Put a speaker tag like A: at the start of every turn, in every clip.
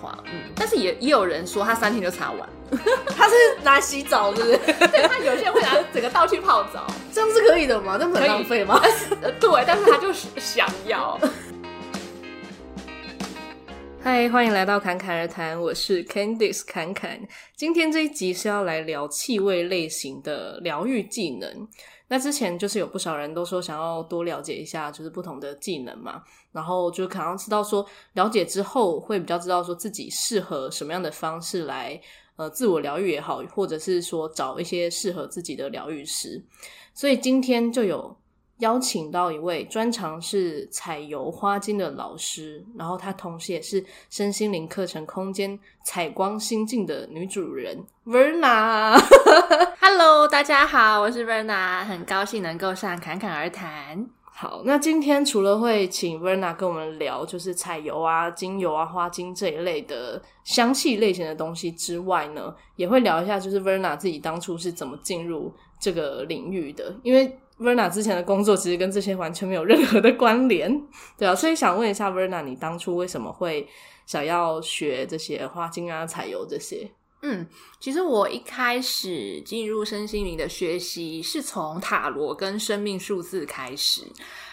A: 话，嗯，但是也也有人说他三天就擦完，
B: 他是 拿洗澡是不是？
A: 对，那有些人会拿整个道具泡澡，
B: 这样是可以的吗？这样不
A: 可
B: 很
A: 以
B: 浪费吗？
A: 呃对，但是他就是想要。嗨，欢迎来到侃侃而谈，我是 Candice 侃侃。今天这一集是要来聊气味类型的疗愈技能。那之前就是有不少人都说想要多了解一下，就是不同的技能嘛，然后就可能知道说了解之后会比较知道说自己适合什么样的方式来呃自我疗愈也好，或者是说找一些适合自己的疗愈师。所以今天就有邀请到一位专长是采油花精的老师，然后她同时也是身心灵课程空间采光心境的女主人 Verna。
C: Hello，大家好，我是 Verna，很高兴能够上侃侃而谈。
A: 好，那今天除了会请 Verna 跟我们聊就是彩油啊、精油啊、花精这一类的香气类型的东西之外呢，也会聊一下就是 Verna 自己当初是怎么进入这个领域的，因为 Verna 之前的工作其实跟这些完全没有任何的关联，对啊，所以想问一下 Verna，你当初为什么会想要学这些花精啊、彩油这些？
C: 嗯，其实我一开始进入身心灵的学习是从塔罗跟生命数字开始，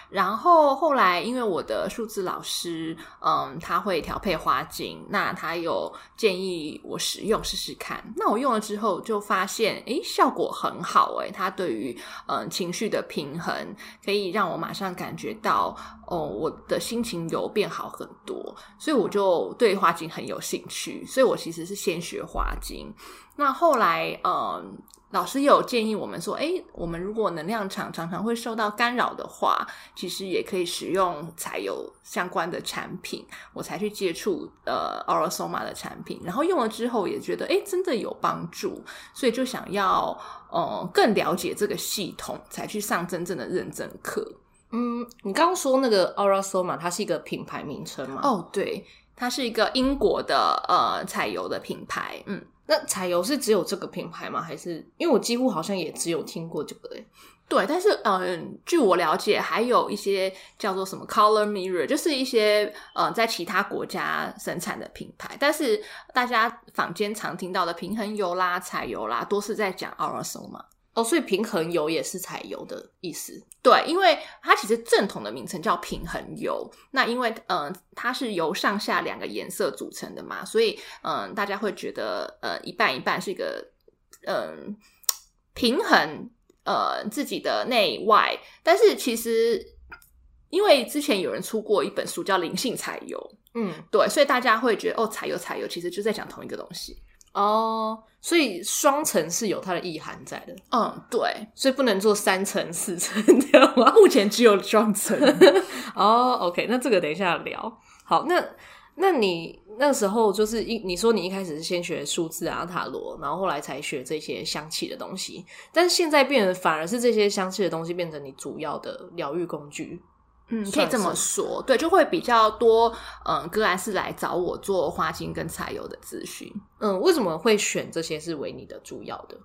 C: 然后后来因为我的数字老师，嗯，他会调配花精，那他有建议我使用试试看。那我用了之后就发现，诶，效果很好、诶，它对于嗯情绪的平衡，可以让我马上感觉到，哦，我的心情有变好很多，所以我就对花精很有兴趣，所以我其实是先学花精，那后来，嗯，老师也有建议我们说，诶，我们如果能量场常常会受到干扰的话，其实也可以使用才有相关的产品，我才去接触呃 o r a s o m a 的产品，然后用了之后也觉得，诶，真的有帮助，所以就想要，呃，更了解这个系统，才去上真正的认证课。
A: 嗯，你刚刚说那个 Aura Soma，它是一个品牌名称吗？，
C: 哦，对，它是一个英国的呃彩油的品牌，嗯。
A: 那彩油是只有这个品牌吗？还是因为我几乎好像也只有听过这个、欸？
C: 对，但是嗯，据我了解，还有一些叫做什么 Color Mirror，就是一些呃在其他国家生产的品牌，但是大家坊间常听到的平衡油啦、彩油啦，都是在讲 Arasoma。
A: 哦，所以平衡油也是彩油的意思。
C: 对，因为它其实正统的名称叫平衡油，那因为嗯、呃它是由上下两个颜色组成的嘛，所以嗯、呃大家会觉得呃一半一半是一个嗯、平衡呃自己的内外，但是其实因为之前有人出过一本书叫《灵性彩油》，
A: 嗯，
C: 对，所以大家会觉得哦，彩油彩油其实就在讲同一个东西。
A: 哦，所以双层是有它的意涵在的，
C: 嗯，对，
A: 所以不能做三层、四层， 这样吗？
C: 目前只有双层。
A: 哦，OK，那这个等一下聊。好，那那你那时候就是一，你说你一开始是先学数字啊、塔罗，然后后来才学这些香气的东西，但是现在变成反而是这些香气的东西变成你主要的疗愈工具。
C: 嗯，可以
A: 算
C: 这么
A: 是
C: 说，对，就会比较多，嗯，个案是来找我做花精跟彩油的咨询。
A: 嗯，为什么会选这些是为你的主要的？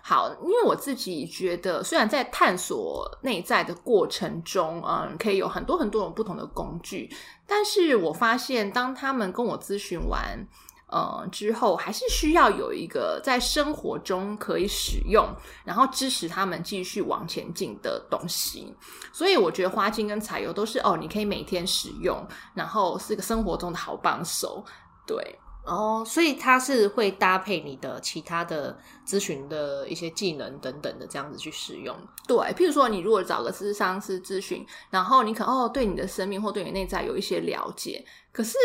C: 好，因为我自己觉得，虽然在探索内在的过程中，嗯，可以有很多很多种不同的工具，但是我发现，当他们跟我咨询完，呃、之后，还是需要有一个在生活中可以使用，然后支持他们继续往前进的东西。所以我觉得花精跟彩油都是哦，你可以每天使用，然后是个生活中的好帮手。对，
A: 哦，所以它是会搭配你的其他的咨询的一些技能等等的这样子去使用。
C: 对，譬如说你如果找个智商师咨询，然后你可能哦对你的生命或对你内在有一些了解，可是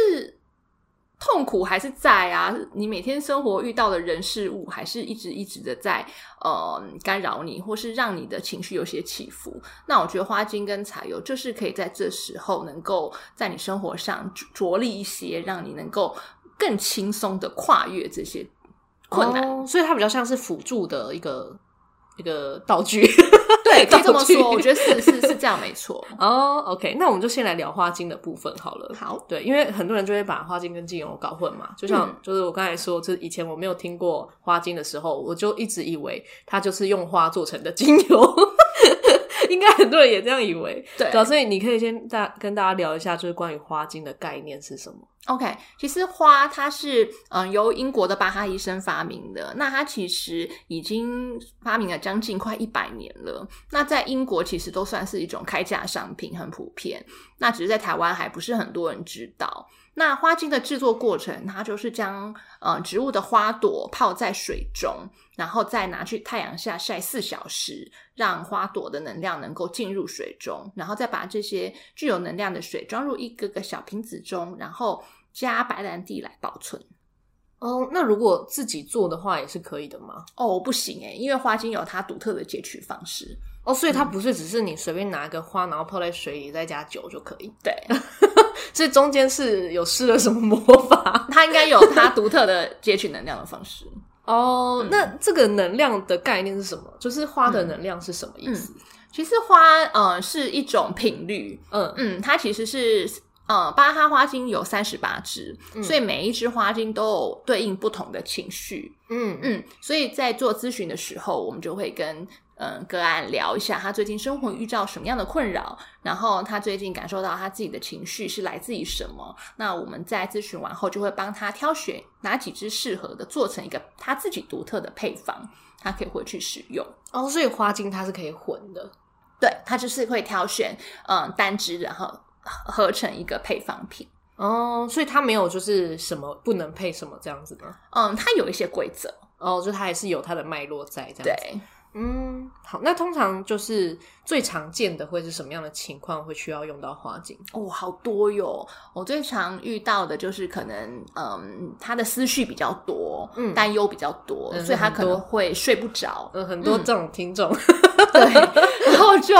C: 痛苦还是在啊，你每天生活遇到的人事物还是一直一直的在呃干扰你，或是让你的情绪有些起伏。那我觉得花精跟彩油就是可以在这时候能够在你生活上着着力一些，让你能够更轻松的跨越这些困难。
A: 哦，所以它比较像是辅助的一个一个道具。
C: 对，可以这么
A: 道具
C: 说，我觉得是是是这样，没错。
A: 哦，OK，那我们就先来聊花精的部分好了。
C: 好。
A: 对，因为很多人就会把花精跟精油搞混嘛，就像
C: 嗯
A: 就是我刚才说，就是以前我没有听过 花精的时候，我就一直以为它就是用花做成的精油，应该该很多人也这样以为。
C: 对
A: 对啊，所以你可以先大跟大家聊一下，就是关于花精的概念是什么。
C: OK，其实花它是嗯、呃由英国的巴哈医生发明的，那它其实已经发明了将近快一百年了。那在英国其实都算是一种开价商品，很普遍。那只是在台湾还不是很多人知道。那花精的制作过程，它就是将呃植物的花朵泡在水中，然后再拿去太阳下晒四小时，让花朵的能量能够进入水中，然后再把这些具有能量的水装入一个个小瓶子中，然后加白兰地来保存。
A: 哦，那如果自己做的话也是可以的吗？
C: 哦，不行诶，因为花精有它独特的截取方式。
A: 哦，所以它不是只是你随便拿一个花，然后泡在水里，再加酒就可以。
C: 对，
A: 这中间是有施了什么魔法？
C: 它应该有它独特的截取能量的方式。
A: 哦，那这个能量的概念是什么？就是花的能量是什么意思？
C: 其实花，呃，是一种频率，
A: 嗯
C: 嗯，它其实是呃，巴哈花精有三十八支，
A: 嗯
C: 所以每一支花精都有对应不同的情绪。
A: 嗯嗯
C: 嗯，所以在做咨询的时候，我们就会跟嗯个案聊一下他最近生活遇到什么样的困扰，然后他最近感受到他自己的情绪是来自于什么。那我们在咨询完后，就会帮他挑选哪几支适合的，做成一个他自己独特的配方，他可以回去使用。
A: 哦，所以花精它是可以混的。
C: 对，他就是会挑选嗯单支，然后合成一个配方品。
A: 哦，所以它没有就是什么不能配什么这样子吗？
C: 嗯，它有一些规则，
A: 哦，就它还是有它的脉络在这样子。
C: 对，
A: 嗯，好，那通常就是最常见的会是什么样的情况会需要用到花精？
C: 哦，好多哟！我最常遇到的就是可能，嗯，他的思绪比较多，
A: 嗯
C: 担忧比较多，
A: 嗯
C: 所以他
A: 很
C: 可
A: 多
C: 能会睡不着，
A: 嗯，很多这种听众，
C: 对，然后就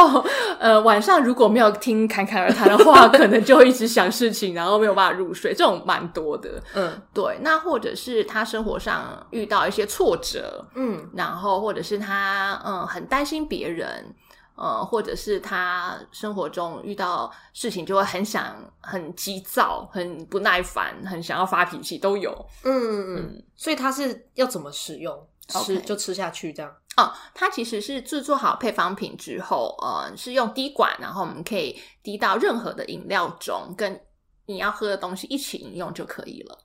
C: 呃晚上如果没有听侃侃而谈的话，可能就会一直想事情，然后没有办法入睡，这种蛮多的。
A: 嗯
C: 对，那或者是他生活上遇到一些挫折，
A: 嗯
C: 然后或者是他嗯很担心别人，呃，或者是他生活中遇到事情就会很想很急躁、很不耐烦、很想要发脾气都有
A: 嗯嗯，所以它是要怎么使用？吃
C: OK
A: 就吃下去这样。
C: 哦。它其实是制作好配方品之后，呃，是用滴管，然后我们可以滴到任何的饮料中，跟你要喝的东西一起饮用就可以了。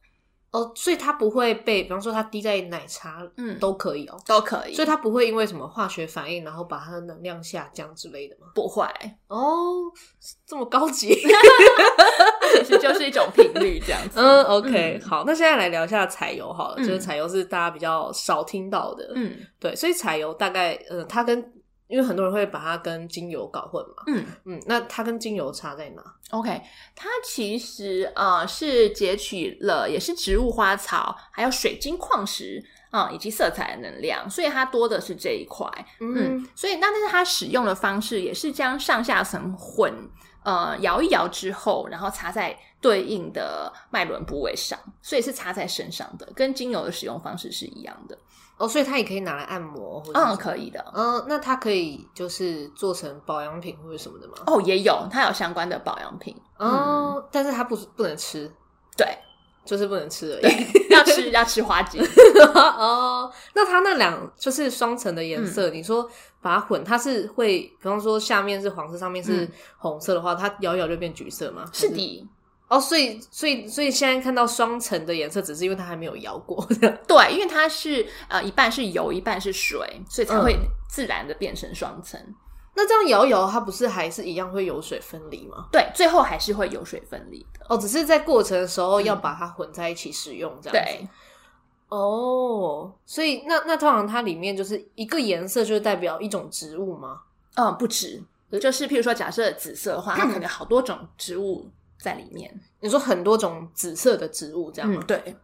A: 哦，所以它不会被，比方说它滴在奶茶，
C: 嗯
A: 都可以哦。
C: 都可以，
A: 所以它不会因为什么化学反应，然后把它的能量下降之类的吗？
C: 不会，
A: 哦，这么高级。
C: 其实就是一种频率这样子。
A: 嗯，OK，好，那现在来聊一下彩油好了，
C: 嗯
A: 就是彩油是大家比较少听到的，
C: 嗯
A: 对，所以彩油大概，呃，它跟因为很多人会把它跟精油搞混嘛，
C: 嗯，
A: 嗯，那它跟精油差在哪？
C: OK，它其实呃是截取了也是植物花草，还有水晶矿石啊、呃以及色彩的能量，所以它多的是这一块。嗯，所以那但是它使用的方式也是将上下层混呃摇一摇之后，然后擦在对应的脉轮部位上，所以是擦在身上的，跟精油的使用方式是一样的。
A: 哦，所以它也可以拿来按摩，或者
C: 嗯，
A: 是
C: 可以的。
A: 嗯，那它可以就是做成保养品或者什么的吗？
C: 哦，也有，它有相关的保养品。嗯，
A: 哦，但是它不是不能吃，
C: 对，
A: 就是不能吃而已。
C: 要吃要吃花精。
A: 哦，那它那两就是双层的颜
C: 嗯
A: 色，你说把它混，它是会，比方说下面是黄色，上面是
C: 嗯
A: 红色的话，它摇一摇就变橘色吗？
C: 是
A: 还。
C: 的，
A: 哦，所以所以所以现在看到双层的颜色，只是因为它还没有摇过。
C: 对，因为它是呃一半是油，一半是水，所以才会
A: 嗯
C: 自然的变成双层。
A: 那这样摇一摇，它不是还是一样会油水分离吗？
C: 对，最后还是会油水分离的。
A: 哦，只是在过程的时候要把它混在一起使用，这样子。
C: 嗯对，
A: 哦，所以那那通常它里面就是一个颜色，就是代表一种植物吗？
C: 嗯，不止，就是譬如说，假设紫色的话，它可能有好多种植物在里面。
A: 你说很多种紫色的植物这样吗？
C: 对，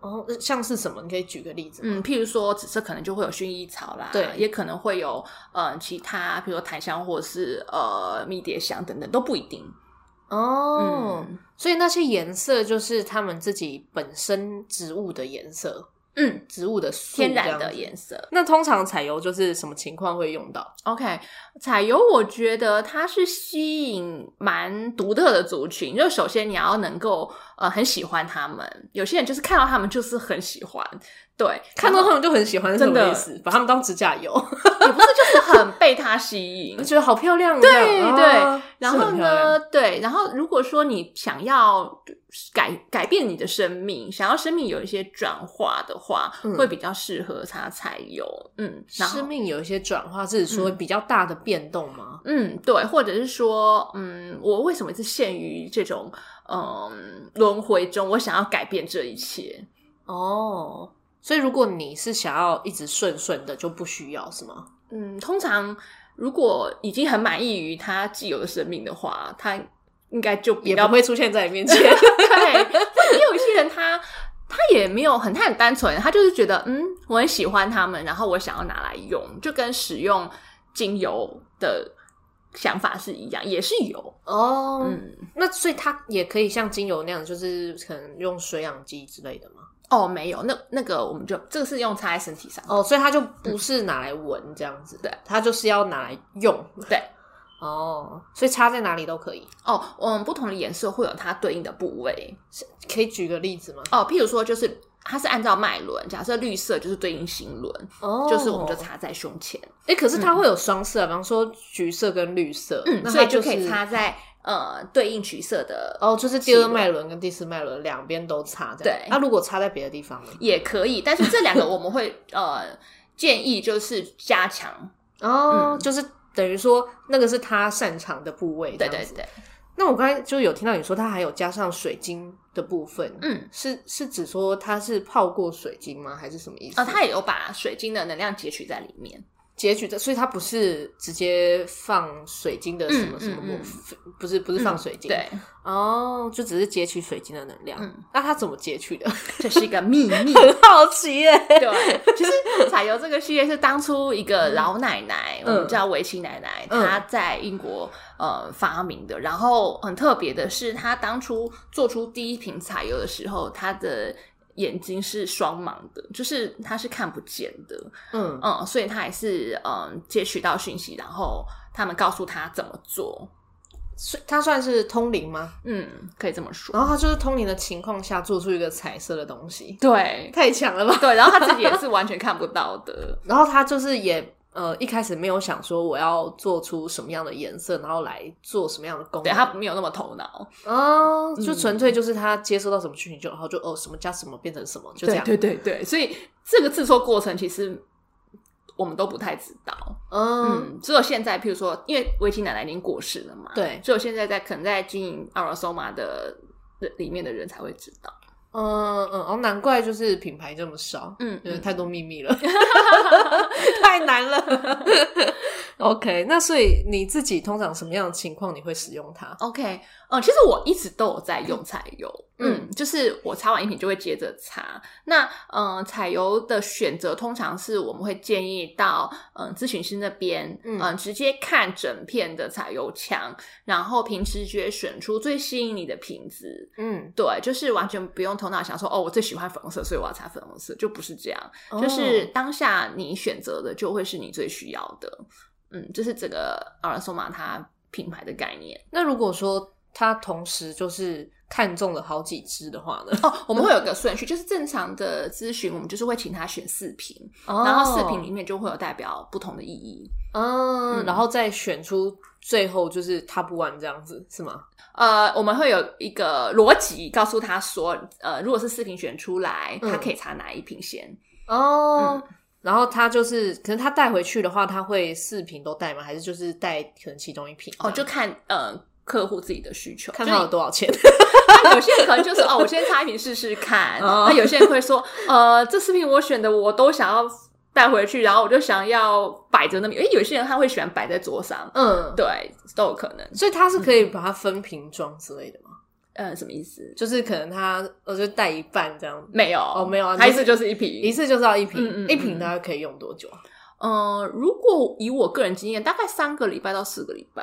A: 哦，那像是什么？你可以举个例子吗？
C: 嗯，譬如说紫色可能就会有薰衣草啦，
A: 对
C: 也可能会有呃其他，譬如说檀香或是呃迷迭香等等，都不一定。
A: 哦，
C: 嗯
A: 所以那些颜色就是他们自己本身植物的颜色，
C: 嗯，
A: 植物的素
C: 天
A: 这
C: 然
A: 样
C: 的
A: 子
C: 颜色。
A: 那通常彩油就是什么情况会用到？
C: OK，彩油我觉得它是吸引蛮独特的族群，就首先你要能够呃很喜欢他们，有些人就是看到他们就是很喜欢，对，
A: 看到他们就很喜欢，是什
C: 真
A: 么
C: 的
A: 意思？把他们当指甲油，
C: 也不是就是很被他吸引
A: 我，觉得好漂亮。哦对
C: 对，然后呢？？对，然后如果说你想要改改变你的生命，想要生命有一些转化的话，
A: 嗯
C: 会比较适合擦彩油。嗯，然后
A: 生命有一些转化，是指说比较大的变动吗？
C: 嗯，对，或者是说，嗯，我为什么是陷于这种嗯轮回中？我想要改变这一切。
A: 哦，所以如果你是想要一直顺顺的，就不需要是吗？
C: 嗯，通常如果已经很满意于他既有的生命的话，他应该就比
A: 也
C: 较
A: 不会出现在你面前。
C: 对，或者也有一些人他他也没有很他很单纯，他就是觉得嗯，我很喜欢他们，然后我想要拿来用，就跟使用精油的想法是一样，也是有，
A: 哦
C: 嗯，
A: 那所以它也可以像精油那样，就是可能用水养机之类的吗？
C: 哦，没有，那那个我们就这个是用擦在身体上，
A: 哦，所以它就不是拿来闻这样子，
C: 嗯对，
A: 它就是要拿来用。
C: 对，
A: 哦，所以插在哪里都可以。
C: 哦，嗯，不同的颜色会有它对应的部位，
A: 可以举个例子吗？
C: 哦，譬如说就是。它是按照脉轮，假设绿色就是对应心轮，
A: 哦
C: 就是我们就插在胸前，
A: 哎、可是它会有双色、比方说橘色跟绿色，
C: 嗯，
A: 那
C: 所
A: 它
C: 以就是可以插在呃对应橘色的
A: 哦，就是第二脉轮跟第四脉轮两边都插这样。
C: 对
A: 那、如果插在别的地方呢？
C: 也可以，但是这两个我们会呃建议就是加强，
A: 哦，
C: 嗯
A: 就是等于说那个是他擅长的部位，这
C: 对
A: 样
C: 对
A: 子。
C: 对，
A: 那我刚才就有听到你说，它还有加上水晶的部分，
C: 嗯，
A: 是是指说它是泡过水晶吗？还是什么意思？
C: 啊、它也有把水晶的能量截取在里面，
A: 截取的，所以它不是直接放水晶的什么
C: 嗯
A: 什么
C: 嗯
A: 魔，不是不是放水晶，
C: 对，
A: 哦，就只是截取水晶的能量。
C: 嗯
A: 那它怎么截取的？
C: 这是一个秘密。
A: 很好奇耶。
C: 对，其实彩油这个系列是当初一个老奶奶，
A: 嗯
C: 我们叫维奇奶奶，
A: 嗯
C: 她在英国呃发明的。然后很特别的是，她当初做出第一瓶彩油的时候，她的眼睛是双盲的，就是她是看不见的。
A: 嗯，
C: 嗯，所以他也是嗯截取到讯息，然后他们告诉他怎么做。
A: 所以它算是通灵吗？
C: 嗯，可以这么说。
A: 然后它就是通灵的情况下做出一个彩色的东西，
C: 对
A: 太强了吧？
C: 对，然后他自己也是完全看不到的。
A: 然后它就是也呃一开始没有想说我要做出什么样的颜色，然后来做什么样的功能。
C: 对他没有那么头脑，
A: 哦，就纯粹就是它接收到什么讯息就，然后就哦什么加什么变成什么，就这样。
C: 对对，所以这个制作过程其实我们都不太知道。
A: 嗯，
C: 嗯，只有现在，譬如说，因为维奇奶奶已经过世了嘛，
A: 对
C: 只有现在在可能在经营阿拉索玛的的里面的人才会知道。
A: 嗯嗯，哦，难怪就是品牌这么少，
C: 嗯
A: 因为太多秘密了， 太难了。OK，那所以你自己通常什么样的情况你会使用它？
C: OK，呃，其实我一直都有在用彩油，
A: 嗯
C: 嗯，就是我擦完一瓶就会接着擦。那呃，彩油的选择通常是我们会建议到嗯、呃咨询师那边，
A: 嗯
C: 嗯、直接看整片的彩油墙，然后凭直觉选出最吸引你的瓶子。
A: 嗯，
C: 对，就是完全不用头脑想说哦，我最喜欢粉红色，所以我要擦粉红色，就不是这样。就
A: 哦
C: 是当下你选择的就会是你最需要的。嗯，这是整个阿尔索玛它品牌的概念。
A: 那如果说他同时就是看中了好几支的话呢？
C: 哦，我们会有个顺序，就是正常的咨询，我们就是会请他选四瓶，
A: 哦
C: 然后四瓶里面就会有代表不同的意义。
A: 嗯，
C: 嗯
A: 然后再选出最后就是他不玩这样子是吗？
C: 呃，我们会有一个逻辑告诉他说，呃，如果是四瓶选出来，
A: 嗯
C: 他可以查哪一瓶先。
A: 哦。然后他就是，可能他带回去的话，他会四瓶都带吗？还是就是带可能其中一瓶这
C: 哦，
A: 样？
C: 就看呃客户自己的需求，
A: 看
C: 就
A: 他有多少钱。
C: 那有些人可能就是哦，我先擦一瓶试试看。
A: 哦
C: 那有些人会说，呃，这四瓶我选的我都想要带回去，然后我就想要摆着那么，因为有些人他会喜欢摆在桌上，
A: 嗯，
C: 对，都有可能。
A: 所以它是可以把它分瓶装之类的嘛，
C: 呃，什么意思？
A: 就是可能它我就带一半这样，
C: 没有
A: 哦没有啊
C: 它
A: 就
C: 一
A: 是
C: 次就是一瓶。
A: 一次就是要一
C: 嗯
A: 瓶，
C: 嗯嗯
A: 一瓶大概可以用多久啊？
C: 嗯、如果以我个人经验，大概三个礼拜到四个礼拜，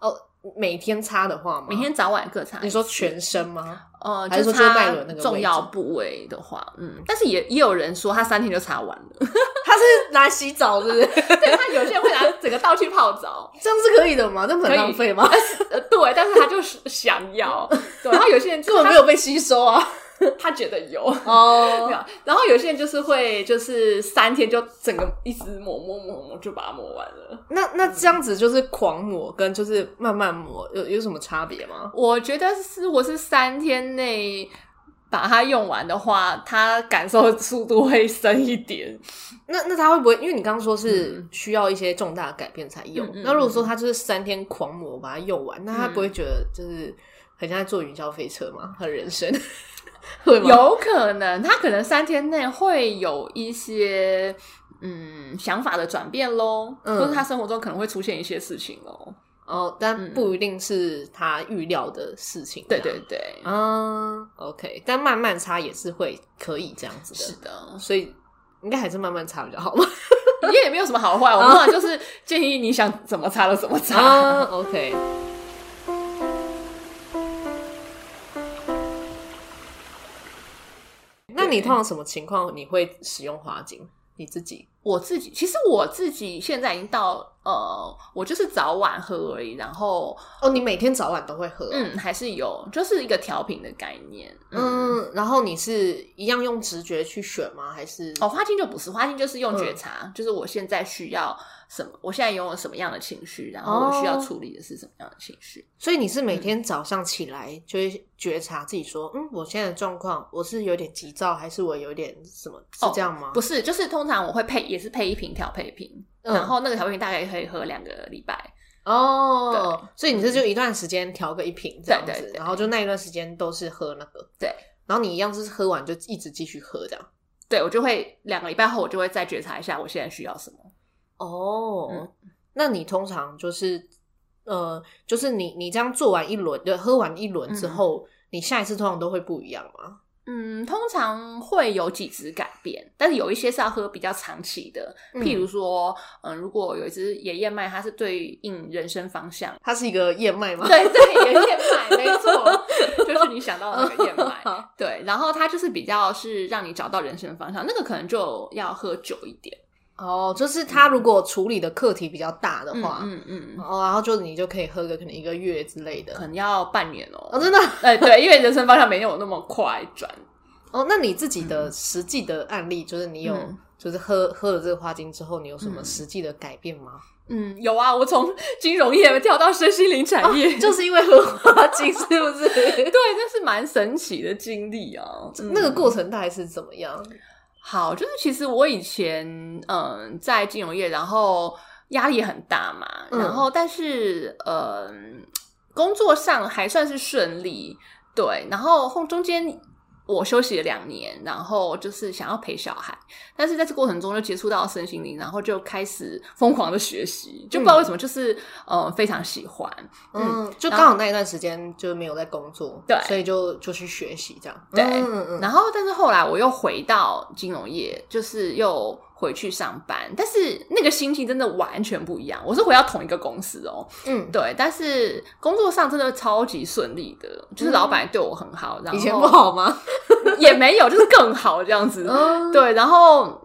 A: 哦每天擦的话吗？
C: 每天早晚各擦一次。
A: 嗯你说全身吗？
C: 呃，
A: 还是
C: 就
A: 说
C: 擦
A: 就脉轮那个位置
C: 重要部位的话，嗯，但是也也有人说他三天就擦完了，
B: 他是拿洗澡是不是？
C: 对他有些人会拿整个倒去泡 澡，
B: 这样是可以的吗？那不
C: 可
B: 很
C: 以
B: 浪费吗？
C: 呃，对，但是他就是想要，对，然后有些人
B: 根本没有被吸收啊！
C: 有，他觉得有， 没
B: 哦，
C: 有，然后有些人就是会就是三天就整个一直抹抹抹抹就把它抹完了。
A: 那那这样子就是狂抹跟就是慢慢抹有有什么差别吗？
C: 我觉得是，如果是三天内把它用完的话，它感受的速度会深一点。
A: 那那他会不会？因为你刚刚说是需要一些重大改变才有。
C: 嗯嗯
A: 那如果说他就是三天狂魔把它用完，那他不会觉得就是很像在坐云霄飞车吗？他的人 生会吗？
C: 有可能，它可能三天内会有一些嗯想法的转变喽，
A: 嗯
C: 或者他生活中可能会出现一些事情喽。
A: 哦，但不一定是他预料的事情。
C: 对对对，
A: 嗯，OK，但慢慢擦也是会可以这样子的，
C: 是的，
A: 所以应该还是慢慢擦比较好嘛。
C: 也也没有什么好坏，我们通常就是 建议你想怎么擦就怎么擦。
A: 啊，OK。那你通常什么情况你会使用花精？你自己
C: 我自己其实我自己现在已经到呃，我就是早晚喝而已，然后
A: 哦，你每天早晚都会喝哦、
C: 嗯还是有，就是一个调频的概念。嗯，
A: 嗯然后你是一样用直觉去选吗？还是
C: 哦，花精就不是，花精就是用觉
A: 嗯
C: 察，就是我现在需要什么，我现在拥有什么样的情绪，然后我需要
A: 哦
C: 处理的是什么样的情绪。
A: 所以你是
C: 嗯
A: 每天早上起来就会觉察自己说，嗯，我现在的状况，我是有点急躁，还是我有点什么？是
C: 哦
A: 这样吗？
C: 不是，就是通常我会配，也是配一瓶调配瓶，
A: 嗯
C: 然后那个调配瓶大概可以喝两个礼拜。
A: 哦，所以你这就一段时间调个一瓶这样子，
C: 对对对
A: 然后就那一段时间都是喝那个，
C: 对，
A: 然后你一样就是喝完就一直继续喝这样。
C: 对，我就会两个礼拜后，我就会再觉察一下我现在需要什么。
A: 哦
C: 嗯
A: 那你通常就是呃，就是你你这样做完一轮，就喝完一轮之后，你下一次通常都会不一样吗？
C: 嗯，通常会有几支改变，但是有一些是要喝比较长期的，
A: 嗯，
C: 譬如说，嗯，如果有一支爷爷麦，它是对应人生方向
A: 它是一个燕 麦吗？，，
C: 对对，爷爷麦没 错，就是你想到的那个燕麦
A: 好
C: 对，然后它就是比较是让你找到人生方向，那个可能就要喝久一点，
A: 哦，就是它如果处理的课题比较大的话，
C: 嗯嗯嗯，
A: 哦，然后就你就可以喝个可能一个月之类的
C: 可。能要半年哦，
A: 哦，真的
C: 哎， 对，因为人生方向没有那么快转，
A: 哦，那你自己的实际的案例，就是你有、
C: 嗯
A: 就是喝喝了这个花精之后，你有什么
C: 嗯
A: 实际的改变吗？
C: 嗯，有啊，我从金融业跳到身心灵产业，
A: 就是因为喝花精，是不是？
C: 对，那是蛮神奇的经历啊。
A: 那个
C: 嗯
A: 过程大概是怎么样？
C: 好，就是其实我以前嗯在金融业，然后压力很大嘛，
A: 嗯
C: 然后但是嗯工作上还算是顺利，对，然后后中间。我休息了两年，然后就是想要陪小孩，但是在这过程中就接触到身心灵，然后就开始疯狂的学习，就不知道为什么，就是呃非常喜欢，
A: 嗯，就刚好那一段时间就没有在工作，
C: 对
A: 所以就就去学习这样。
C: 对
A: 嗯嗯嗯
C: 然后，但是后来我又回到金融业，就是又回去上班，但是那个心情真的完全不一样。我是回到同一个公司哦，
A: 嗯，
C: 对，但是工作上真的超级顺利的，就是老板对我很好，然后
A: 嗯以前不好吗？
C: 也没有，就是更好这样子。
A: 嗯，
C: 对，然后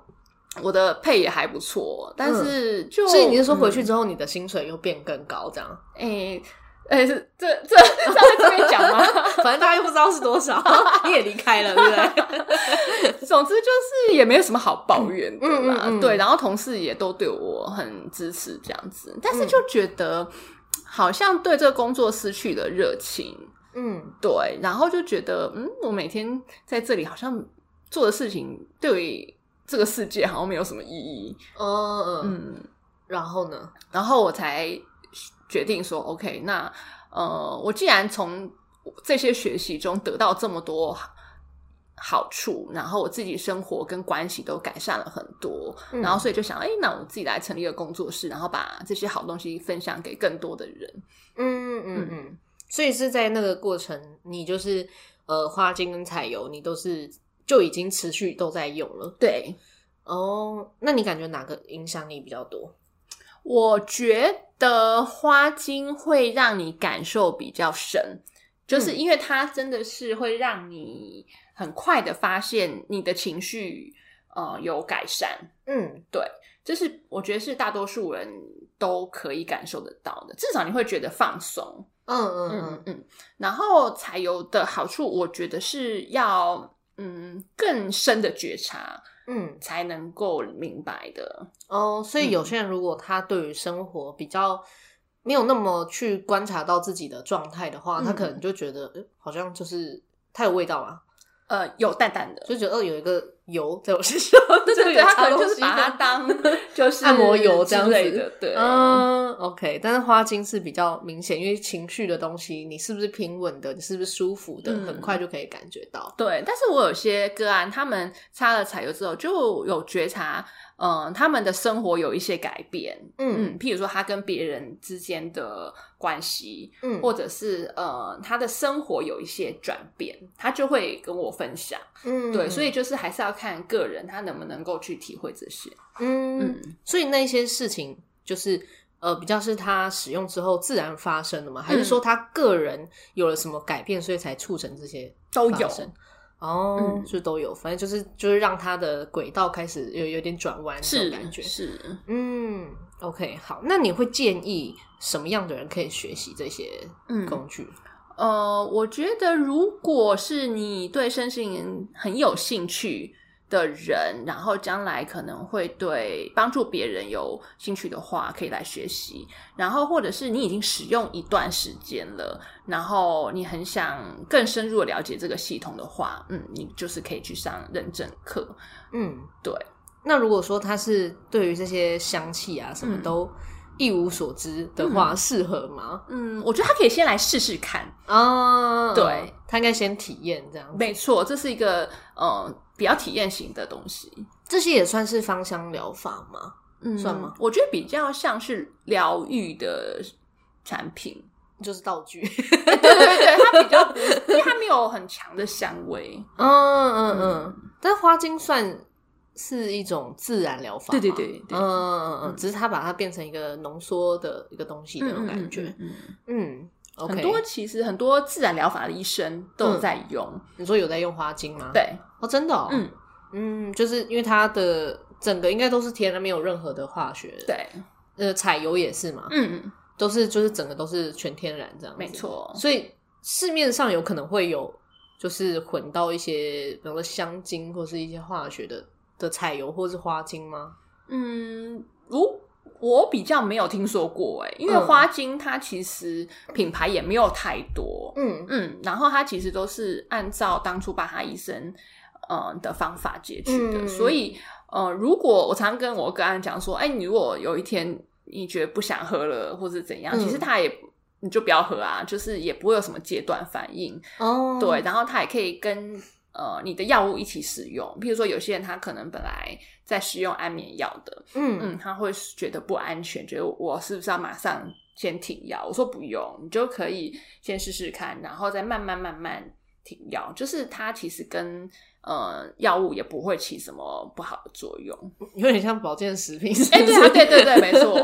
C: 我的配也还不错，但是就、
A: 嗯所以你是说回去
C: 嗯
A: 之后你的薪水又变更高这样？
C: 诶。诶，哎是这这这在这边讲吗？
A: 反正大家又不知道是多 少，你也离开了，对不对？
C: 总之就是也没有什么好抱怨的啦，
A: 嗯嗯嗯
C: 对，然后同事也都对我很支持这样子，但
A: 嗯
C: 是就觉得好像对这个工作失去了热情，
A: 嗯，
C: 对，然后就觉得嗯，我每天在这里好像做的事情对于这个世界好像没有什么意义，
A: 哦嗯，
C: 嗯，
A: 然后呢？
C: 然后我才决定说，OK，那呃，我既然从这些学习中得到这么多好好处，然后我自己生活跟关系都改善了很多，
A: 嗯
C: 然后所以就想，哎，那我自己来成立一个工作室，然后把这些好东西分享给更多的人。
A: 嗯嗯嗯，所以是在那个过程，你就是呃花精跟彩油，你都是就已经持续都在用了。
C: 对，
A: 哦，那你感觉哪个影响力比较多？
C: 我觉得花精会让你感受比较深。就是因为它真的是会让你很快的发现你的情绪呃有改善，
A: 嗯，
C: 这是我觉得是大多数人都可以感受得到的，至少你会觉得放松。
A: 嗯嗯
C: 嗯
A: 嗯，
C: 嗯，然后彩油的好处，我觉得是要嗯更深的觉察
A: 嗯，
C: 才能够明白的。
A: 哦，
C: 嗯
A: 所以有些人如果他对于生活比较没有那么去观察到自己的状态的话，
C: 嗯
A: 他可能就觉得、呃好像就是它有味道啊，
C: 呃，有淡淡的，
A: 就觉得哦有一个油在我身上，
C: 对对对，他可能就是把它
A: 它
C: 当 就是
A: 按摩油这样
C: 之
A: 子
C: 类的，对，
A: 嗯，OK，但是花精是比较明显，因为情绪的东西，你是不是平稳的，你是不是舒服的，
C: 嗯
A: 很快就可以感觉到。
C: 对，但是我有些个案，他们擦了彩油之后，就有觉察，嗯、他们的生活有一些改变，
A: 嗯
C: 嗯，譬如说他跟别人之间的关系，
A: 嗯
C: 或者是呃他的生活有一些转变，他就会跟我分享。
A: 嗯
C: 对，所以就是还是要看个人他能不能够去体会这些。
A: 嗯，
C: 嗯，
A: 所以那些事情就是呃，比较是他使用之后自然发生的吗？还是
C: 嗯
A: 说他个人有了什么改变，所以才促成这些
C: 都
A: 发
C: 有
A: 生哦，
C: 嗯
A: 就都有，反正就是就是让他的轨道开始有有点转弯这
C: 是
A: 种感觉。
C: 是。
A: 嗯，OK，好，那你会建议什么样的人可以学习这些
C: 嗯
A: 工具？
C: 呃，我觉得如果是你对身心灵很有兴趣的人，然后将来可能会对帮助别人有兴趣的话，可以来学习。然后或者是你已经使用一段时间了，然后你很想更深入的了解这个系统的话，嗯，你就是可以去上认证课。
A: 嗯，
C: 对。
A: 那如果说他是对于这些香气啊什么
C: 嗯
A: 都一无所知的话，适、合吗？
C: 嗯，我觉得他可以先来试试看。
A: 啊，
C: 对，
A: 他应该先体验这样子。
C: 没错，这是一个呃比较体验型的东西。
A: 这些也算是芳香疗法吗？
C: 嗯
A: 算吗？
C: 我觉得比较像是疗愈的产 品，
A: 就是道具。
C: 对对对，它比较不，因为它没有很强的香味。
A: 嗯嗯嗯。 但花精算是一种自然疗法
C: 对
A: 吧，
C: 对对对
A: 嗯嗯嗯嗯，只是它把它变成一个浓缩的一个东西那种感觉。
C: 嗯，
A: 嗯，OK。
C: 很多其实很多自然疗法的医生都有在用，
A: 你说有在用花精吗？，
C: 对，
A: 哦，真的哦，
C: 嗯，
A: 嗯，就是因为它的整个应该都是天然，没有任何的化学。，
C: 对，
A: 呃，彩油也是嘛，
C: 嗯，
A: 都是就是整个都是全天然这样子。
C: 没错，
A: 所以市面上有可能会有，就是混到一些，比如说香精或是一些化学的的彩油或是花精吗？
C: 嗯，如。我比较没有听说过哎、因为
A: 嗯
C: 花精它其实品牌也没有太多，
A: 嗯
C: 嗯，然后他其实都是按照当初巴哈医生嗯的方法截取的，
A: 嗯
C: 所以呃，如果我常跟我个案讲说，哎，你如果有一天你觉得不想喝了或者怎样，
A: 嗯
C: 其实他也你就不要喝啊，就是也不会有什么戒断反应，
A: 哦
C: 对，，然后它也可以跟呃你的药物一起使用，譬如说有些人他可能本来在使用安眠药的，
A: 嗯
C: 嗯，他会觉得不安全，觉得我是不是要马上先停药？我说不用，你就可以先试试看，然后再慢慢慢慢停药。就是它其实跟呃药物也不会起什么不好的作用。
A: 有点像保健食品是不
C: 哎、
A: 是，
C: 对啊，对对对，没 错。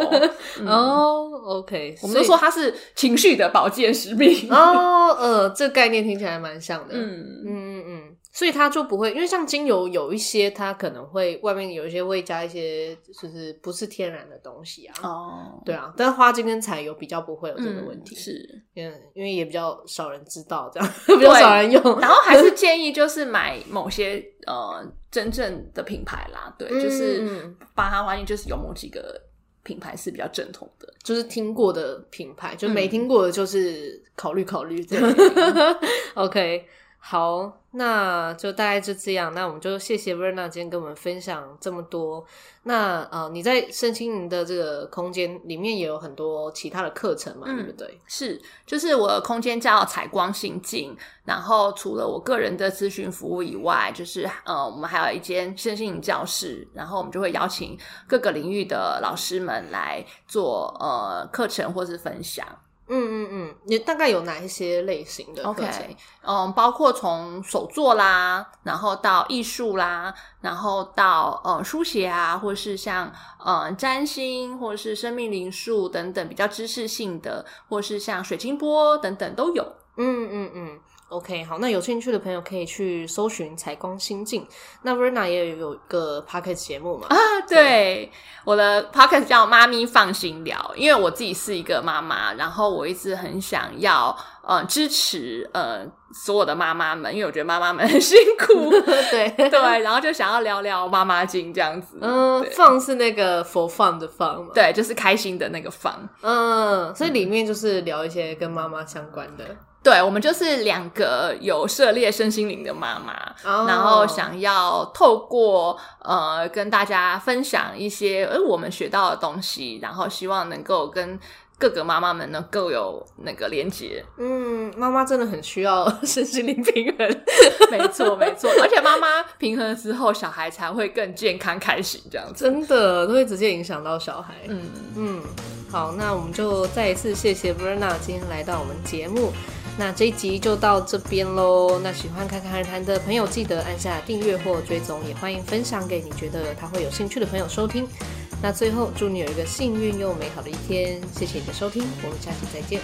C: 嗯、
A: 哦，OK，
C: 我们都
A: 所
C: 说
A: 以
C: 它是情绪的保健食品。
A: 哦，呃，这概念听起来蛮像的，
C: 嗯，
A: 嗯嗯嗯，所以它就不会，因为像精油有一些，它可能会外面有一些会加一些，就是不是天然的东西啊，
C: 哦，
A: 对啊，但花精跟彩油比较不会有
C: 嗯，
A: 这个问题，
C: 是。
A: 嗯，因为也比较少人知道，这样 比较少人用。
C: 然后还是建议就是买某些呃真正的品牌啦，对，
A: 嗯
C: 就是
A: 嗯
C: 巴哈花印就是有某几个品牌是比较正统的，
A: 就是听过的品牌，就
C: 嗯
A: 没听过的，就是考虑考 虑。这样 OK，好，那就大概就这样。那我们就谢谢 Verna 今天跟我们分享这么多。那呃，你在身心灵的这个空间里面也有很多其他的课程嘛，
C: 嗯
A: 对不对？
C: 是，就是我的空间叫采光心境，然后除了我个人的咨询服务以外，就是呃，我们还有一间身心灵教室，然后我们就会邀请各个领域的老师们来做呃课程或是分享。
A: 嗯嗯嗯，你大概有哪一些类型的课程
C: OK，嗯，包括从手作啦，然后到艺术啦，然后到呃书写啊，或是像呃占星，或是生命灵数等等比较知识性的，或是像水晶波等等都有。
A: 嗯嗯嗯，OK，好，那有兴趣的朋友可以去搜寻“采光心境”。那 Verna 也有一个 p o c k e t 节目 嘛？
C: 啊，对，我 的 podcast 叫“妈咪放心聊”，因为我自己是一个妈妈，然后我一直很想要呃支持呃所有的妈妈们，因为我觉得妈妈们很辛 苦，
A: 对，
C: 对，然后就想要聊聊妈妈经这样子，
A: 嗯，
C: 对
A: 放是那个 for fun 的放嘛？，
C: 对，就是开心的那个放。
A: 嗯，所以里面就是聊一些跟妈妈相关的，
C: 对，我们就是两个有涉猎身心灵的妈妈，
A: 哦
C: 然后想要透过呃跟大家分享一些呃我们学到的东西，然后希望能够跟各个妈妈们能够有那个连接。
A: 嗯，妈妈真的很需要 身心灵平衡。
C: 没错，没错，而且妈妈平衡之后，小孩才会更健康开心这样子。
A: 真的都会直接影响到小孩。嗯
C: 嗯，
A: 好，那我们就再一次谢谢 Verna 今天来到我们节目。那这一集就到这边喽。那喜欢侃侃而谈的朋友，记得按下订阅或追踪，也欢迎分享给你觉得他会有兴趣的朋友收听。那最后，祝你有一个幸运又美好的一天。谢谢你的收听，我们下期再见，